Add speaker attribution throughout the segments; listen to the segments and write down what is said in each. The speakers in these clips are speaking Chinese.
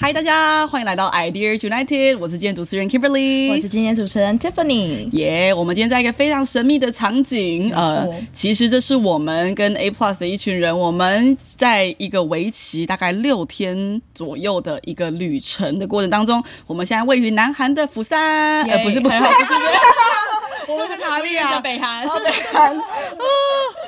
Speaker 1: 嗨，大家欢迎来到 Idea United，我是今天主持人 Kimberly，
Speaker 2: 我是今天主持人 Tiffany。
Speaker 1: 耶我们今天在一个非常神秘的场景，呃
Speaker 2: 没错，
Speaker 1: 其实这是我们跟 A Plus 的一群人，我们在一个为期大概六天左右的一个旅程的过程当中，我们现在位于南韩的釜山，呃，
Speaker 2: 耶
Speaker 1: 不是不是
Speaker 2: 哎还
Speaker 1: 不
Speaker 2: 好
Speaker 1: 是，我们在哪里啊？
Speaker 2: 哦北韩，
Speaker 3: 我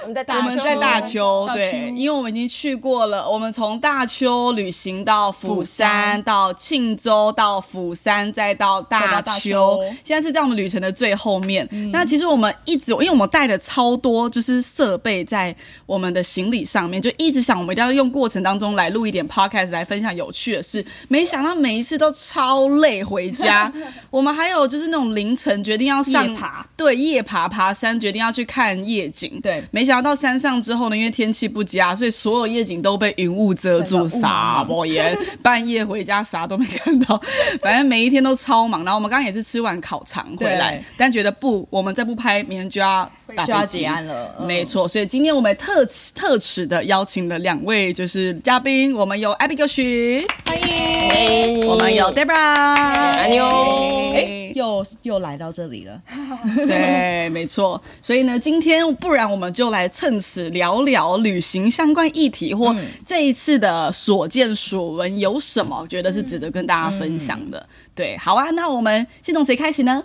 Speaker 3: 们在
Speaker 1: 我
Speaker 3: 大
Speaker 1: 们在大邱，
Speaker 2: 大
Speaker 1: 对
Speaker 2: 邱，
Speaker 1: 因为我们已经去过了，我们从大邱旅行到釜山，到庆州，到釜山，再到大
Speaker 2: 再到大
Speaker 1: 邱
Speaker 2: 邱，嗯
Speaker 1: 现在是在我们旅程的最后面。那其实我们一直，因为我们带了超多就是设备在我们的行李上面，就一直想我们一定要用过程当中来录一点 podcast 来分享有趣的事，没想到每一次都超累回 家。我们还有就是那种凌晨决定要上
Speaker 2: 夜爬，
Speaker 1: 对夜爬爬山，决定要去看夜景，
Speaker 2: 对
Speaker 1: 没想到到山上之后呢，因为天气不佳，所以所有夜景都被云雾遮住，
Speaker 2: 整个雾
Speaker 1: 啥不也 半夜回家啥都没看到， 反正每一天都超忙。然后我们刚刚也是吃完烤肠回来
Speaker 2: 对，
Speaker 1: 但觉得不，我们再不拍，明天就要打
Speaker 2: 就要
Speaker 1: 飞机
Speaker 2: 结案了嗯
Speaker 1: 没错，所以今天我们特特此的邀请了两位就是嘉宾，我们有 Abigail 徐，
Speaker 2: 欢迎。
Speaker 3: 邱，
Speaker 1: 我们有 Debra，安
Speaker 3: 妞
Speaker 2: 哎，又又来到这里了，
Speaker 1: 对，没错。所以呢，今天不然我们就来趁此聊聊旅行相关议题，或这一次的所见所闻有什么，觉得是值得跟大家分享的。对，好啊，那我们先从谁开始呢？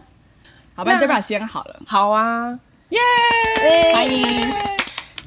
Speaker 1: 好吧，对吧？先好了，
Speaker 3: 好啊。
Speaker 1: 耶、
Speaker 2: 欢迎。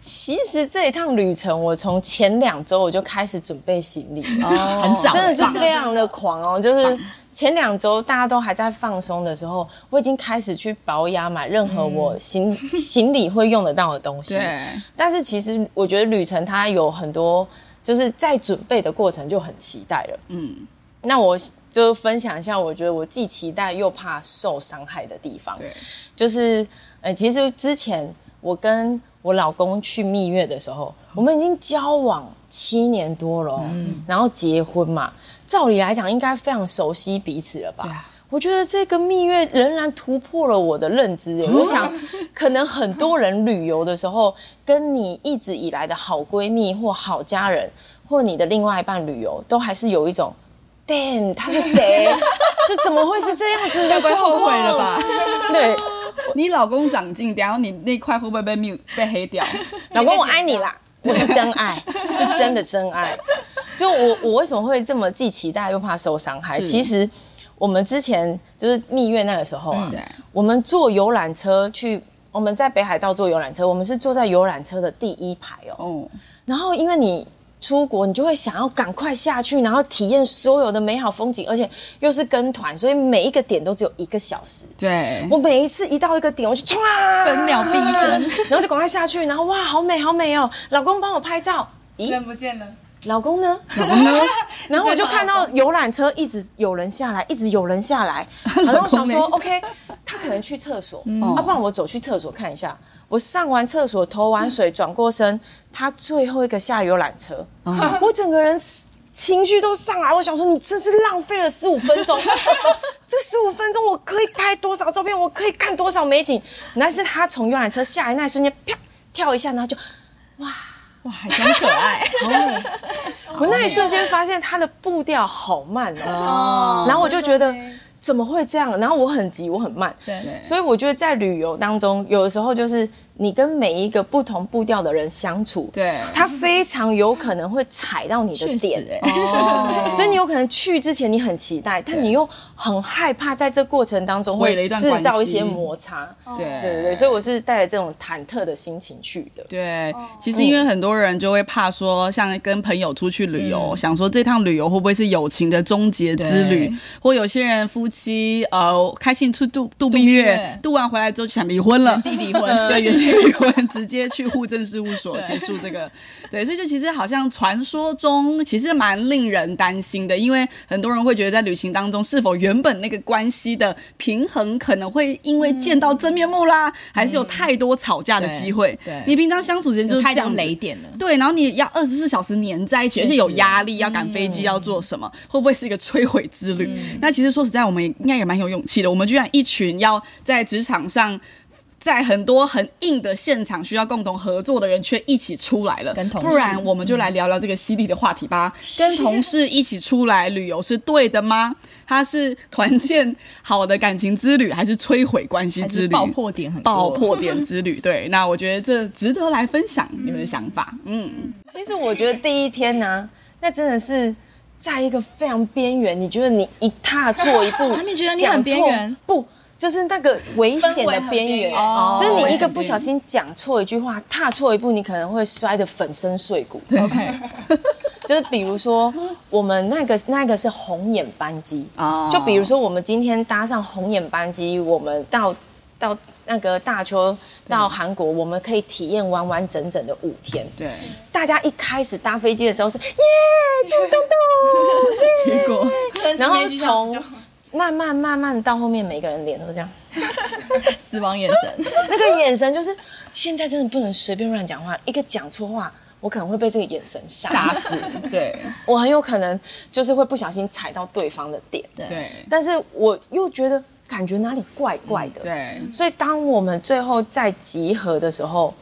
Speaker 3: 其实这一趟旅程，我从前两周我就开始准备行李 了，
Speaker 1: 哦，很早，
Speaker 3: 真的是非常的 狂哦。就是前两周大家都还在放松的时候，我已经开始去保养买任何 我行、行李会用得到的东西。
Speaker 1: 对，
Speaker 3: 但是其实我觉得旅程它有很多，就是在准备的过程就很期待了。
Speaker 1: 嗯，
Speaker 3: 那我就分享一下，我觉得我既期待又怕受伤害的地方。
Speaker 1: 对，
Speaker 3: 就是，呃，其实之前我跟我老公去蜜月的时候，我们已经交往七年多了哦、
Speaker 2: 嗯
Speaker 3: 然后结婚嘛，照理来讲应该非常熟悉彼此了吧？
Speaker 1: 对啊
Speaker 3: 我觉得这个蜜月仍然突破了我的认知耶。 我想，可能很多人旅游的时候，跟你一直以来的好闺蜜或好家人，或你的另外一半旅游，都还是有一种，damn，他 是谁？这怎么会是这样子的
Speaker 2: 不会
Speaker 3: 状
Speaker 2: 后
Speaker 3: 况？
Speaker 2: 悔了吧？
Speaker 3: 对，
Speaker 1: 你老公长进，等一下你那块会不会被 mute 被黑掉？
Speaker 3: 老公，我爱你啦，我是真 爱，是真的真爱。就我，我为什么会这么既期待又怕受伤害？
Speaker 1: 是
Speaker 3: 其实我们之前就是蜜月那个时候啊，
Speaker 1: 对，
Speaker 3: 我们坐游览车去，我们在北海道坐游览车，我们是坐在游览车的第一排哦。
Speaker 1: 哦，
Speaker 3: 然后因为你出国，你就会想要赶快下去，然后体验所有的美好风景，而且又是跟团，所以每一个点都只有一个小时。
Speaker 1: 对，
Speaker 3: 我每一次一到一个点，我就冲啊，
Speaker 2: 分秒必争，
Speaker 3: 然后就赶快下去，然后哇，好美好美哦，老公帮我拍照，咦，
Speaker 4: 人不见了，
Speaker 3: 老公呢？然后我就看到游览车一直有人下来，一直有人下来，然后我想说，OK，他可能去厕所，要不然我走去厕所看一下。我上完厕所，投完水，转过身，他最后一个下游览车， 我整个人情绪都上来，我想说你真是浪费了十五分钟， 这十五分钟我可以拍多少照片，我可以看多少美景。但是他从游览车下来那一瞬间，啪跳一下，然后就
Speaker 2: 哇，还真可 爱。哦
Speaker 3: 我那一瞬间
Speaker 1: 哦
Speaker 3: 发现他的步调好慢哦，然后我就觉得怎么会这样？然后我很急，我很慢，
Speaker 2: 对
Speaker 3: 所以我觉得在旅游当中，有的时候就是你跟每一个不同步调的人相处，
Speaker 1: 对，
Speaker 3: 他非常有可能会踩到你的
Speaker 2: 确
Speaker 3: 点，
Speaker 2: 实，哎，
Speaker 1: 哦，
Speaker 3: 所以你有可能去之前你很期待，但你又很害怕在这过程当中
Speaker 1: 毁了
Speaker 3: 会
Speaker 1: 一段关
Speaker 3: 制
Speaker 1: 系哦
Speaker 3: 造一些摩擦，
Speaker 1: 对
Speaker 3: 对对对，所以我是带着这种忐忑的心情去的，
Speaker 1: 对，其实因为很多人就会怕说，像跟朋友出去旅游，想说这趟旅游会不会是友情的终结之旅
Speaker 2: 嗯对？
Speaker 1: 或有些人夫妻呃开心去度度蜜月
Speaker 2: 月，
Speaker 1: 度完回来之后就想离婚了，
Speaker 2: 地离婚，
Speaker 1: 对，原地离婚， 直接去户政事务所结束这个。对，所以就其实好像传说中其实蛮令人担心的，因为很多人会觉得在旅行当中，是否原本那个关系的平衡可能会因为见到真面目啦，还是有太多吵架的机会。
Speaker 2: 嗯对对
Speaker 1: 你平常相处时间就是
Speaker 2: 太
Speaker 1: 这
Speaker 2: 多
Speaker 1: 样
Speaker 2: 雷
Speaker 1: 子。
Speaker 2: 点了。
Speaker 1: 对，然后你要二十四小时黏在一起，而且有压力，要赶飞机，要做什
Speaker 2: 嗯
Speaker 1: 么，会不会是一个摧毁之旅？那其实说实在，我们也应该也蛮有勇气的。我们居然一群要在职场上在很多很硬的现场需要共同合作的人却一起出来了，
Speaker 2: 跟同事嗯
Speaker 1: 不然我们就来聊聊这个犀利的话题吧。跟同事一起出来旅游是对的吗？它是团建好的感情之旅，还是摧毁关系
Speaker 2: 还
Speaker 1: 之
Speaker 2: 是
Speaker 1: 旅？
Speaker 2: 爆破点很多
Speaker 1: 爆破
Speaker 3: 哦
Speaker 1: 点之旅，对， 那我觉得这值得来分享你们的想法。嗯，
Speaker 3: 其实我觉得第一天呢、那真的是在一个非常边缘，你觉得你一踏错一步，
Speaker 2: 啊 你觉得你很
Speaker 3: 讲错
Speaker 2: 边缘？
Speaker 3: 不，就是那个危险的边缘，
Speaker 2: 哦
Speaker 3: 就是你一个不小心讲错一句话，踏错一步，你可能会摔得粉身碎骨。
Speaker 2: OK，
Speaker 3: 就是比如说，我们那个那个是红眼班机
Speaker 1: 哦
Speaker 3: 就比如说我们今天搭上红眼班机，我们到到那个大邱到韩国，我们可以体验完完整整的五天。
Speaker 1: 对，
Speaker 3: 大家一开始搭飞机的时候是耶，咚咚咚，
Speaker 1: 结果
Speaker 3: 然后从慢慢慢慢到后面，每个人脸都这样，
Speaker 2: 死亡眼神，
Speaker 3: 那个眼神就是现在真的不能随便乱讲话，一个讲错话，我可能会被这个眼神杀死，
Speaker 1: 对
Speaker 3: 我很有可能就是会不小心踩到对方的点，
Speaker 2: 对
Speaker 1: 对
Speaker 3: 但是我又觉得感觉哪里怪怪的，
Speaker 1: 对，
Speaker 4: 嗯
Speaker 3: 所以当我们最后在集合的时候，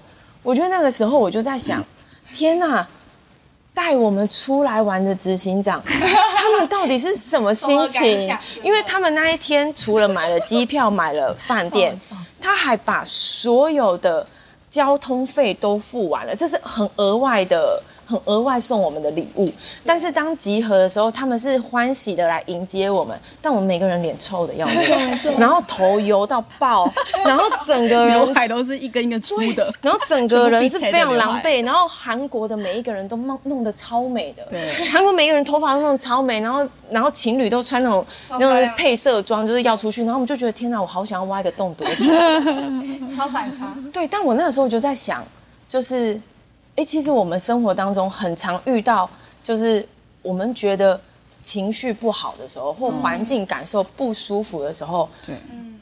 Speaker 3: 我觉得那个时候我就 在想，天哪！带我们出来玩的执 行长，他们到底是什么心
Speaker 4: 什么感
Speaker 3: 情
Speaker 4: 想？
Speaker 3: 因为他们那一天除了买了机票、买了饭店，他还把所有的交通费都付完了，这是很额外的、很额外送我们的礼物。但是当集合的时候，他们是欢喜的来迎接我们，但我们每个人脸臭的要命，然后头油到爆，然后整个
Speaker 1: 刘
Speaker 3: 人
Speaker 1: 海都是一根一根粗的，
Speaker 3: 然后整个人是非常狼
Speaker 2: 全部
Speaker 3: 狈，然后韩国的每一个人都弄弄得超美的，
Speaker 1: 对
Speaker 3: 韩国每一个人头发都弄得超美，然后然后情侣都穿那种那
Speaker 4: 漂
Speaker 3: 种
Speaker 4: 亮
Speaker 3: 配色装，就是要出去，然后我们就觉得天哪，我好想要挖一个洞躲起来。
Speaker 4: 超反差，
Speaker 3: 对，但我那个时候就在想，就是，哎、其实我们生活当中很常遇到，就是我们觉得情绪不好的时候，或环境感受不舒服的时候，
Speaker 1: 嗯对，嗯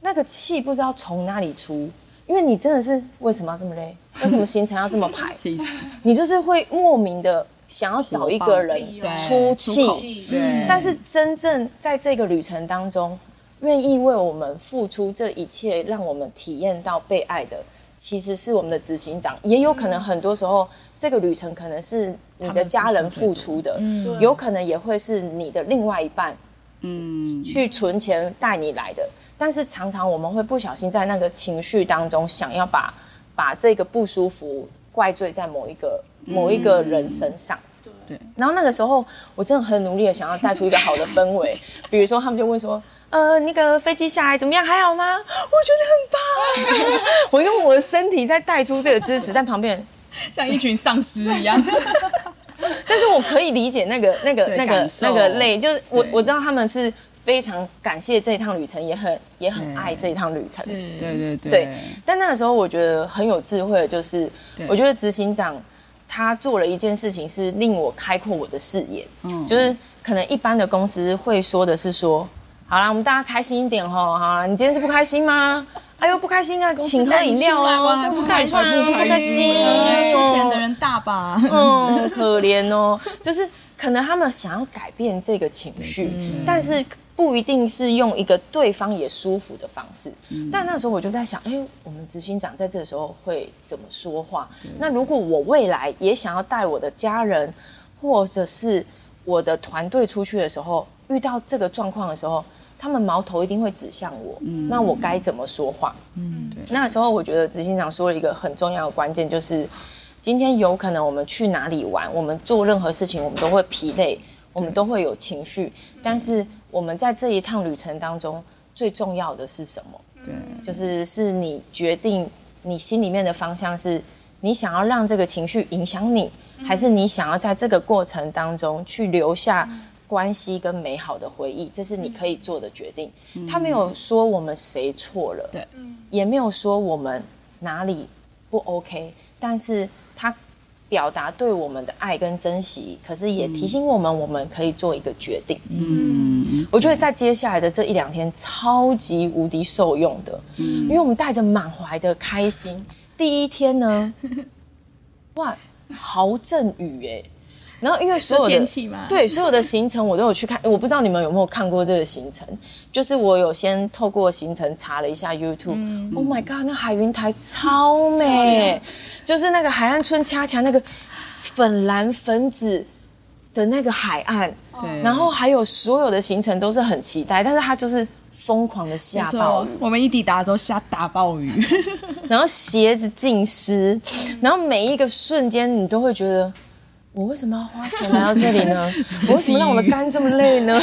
Speaker 3: 那个气不知道从哪里出，因为你真的是为什么要这么累？为什么行程要这么排？
Speaker 1: 气死，
Speaker 3: 你就是会莫名的想要找一个人
Speaker 4: 火爆
Speaker 3: 出
Speaker 1: 出
Speaker 3: 气
Speaker 1: 口。对，
Speaker 3: 但是真正在这个旅程当中，愿意为我们付出这一切，让我们体验到被爱的，其实是我们的执行长。也有可能很多时候，这个旅程可能是你的家人付出的，
Speaker 2: 嗯
Speaker 3: 有可能也会是你的另外一半
Speaker 1: 嗯，
Speaker 3: 去存钱带你来的。但是常常我们会不小心在那个情绪当中，想要把把这个不舒服怪罪在某一个某一个人身上。
Speaker 1: 对
Speaker 3: 然后那个时候，我真的很努力的想要带出一个好的氛 围，比如说他们就问说。呃，那个飞机下来怎么样？还好吗？ 我觉得很棒。 我用我的身体在带出这个支持，但旁边人，
Speaker 2: 像一群丧尸一样，
Speaker 3: 但是我可以理解那个、那个、
Speaker 1: 对
Speaker 3: 那个
Speaker 1: 感、受
Speaker 3: 那个累，就是我
Speaker 1: 对
Speaker 3: 我知道他们是非常感谢这一趟旅程，也很也很爱这一趟旅程。
Speaker 1: 对对对
Speaker 3: 对，但那个时候我觉得很有智慧的，就是
Speaker 1: 对
Speaker 3: 我觉得执行长他做了一件事情，是令我开阔我的视野。
Speaker 1: 嗯
Speaker 3: 就是可能一般的公司会说的是说，好啦，我们大家开心一点吼，好啦，你今天是不开心 吗？哎呦，不开心啊，请喝饮料哦，公司带你出来啊，不开心哦，
Speaker 2: 出钱的人大 把，
Speaker 3: 嗯，可怜哦， 就是可能他们想要改变这个情绪，但是不一定是用一个对方也舒服的方式。但那时候我就在想，哎、我们执行长在这个时候会怎么说话？那如果我未来也想要带我的家人，或者是我的团队出去的时候，遇到这个状况的时候。他们矛头一定会指向我，嗯那我该怎么说话？那时候我觉得执行长说了一个很重要的关键，就是今天有可能我们去哪里玩，我们做任何事情，我们都会疲累，我们都会有情绪，但是我们在这一趟旅程当中，最重要的是什么？
Speaker 1: 对
Speaker 3: 就是是你决定你心里面的方向是，你想要让这个情绪影响你，还是你想要在这个过程当中去留下关系跟美好的回忆，这是你可以做的决定。他没有说我们谁错了，
Speaker 2: 对
Speaker 3: 也没有说我们哪里不 OK，但是他。表达对我们的爱跟珍惜，可是也提醒我们，我们可以做一个决定。
Speaker 1: 嗯，
Speaker 3: 我觉得在接下来的这一两天超级无敌受用的，因为我们带着满怀的开心。第一天呢，哇，豪阵雨哎、然后因为所有的
Speaker 4: 是天气吗
Speaker 3: 对，所有的行程我都有去看，我不知道你们有没有看过这个行程，就是我有先透过行程查了一下 YouTube、Oh my god，那海云台超美，就是那个海岸村恰恰那个粉蓝粉紫的那个海岸，
Speaker 1: 对
Speaker 3: 然后还有所有的行程都是很期待，但是它就是疯狂的下暴雨。
Speaker 2: 我们一抵达之后下大暴雨，
Speaker 3: 然后鞋子浸湿，然后每一个瞬间你都会觉得，我为什么要花钱来到这里呢？我为什么让我的肝这么累呢？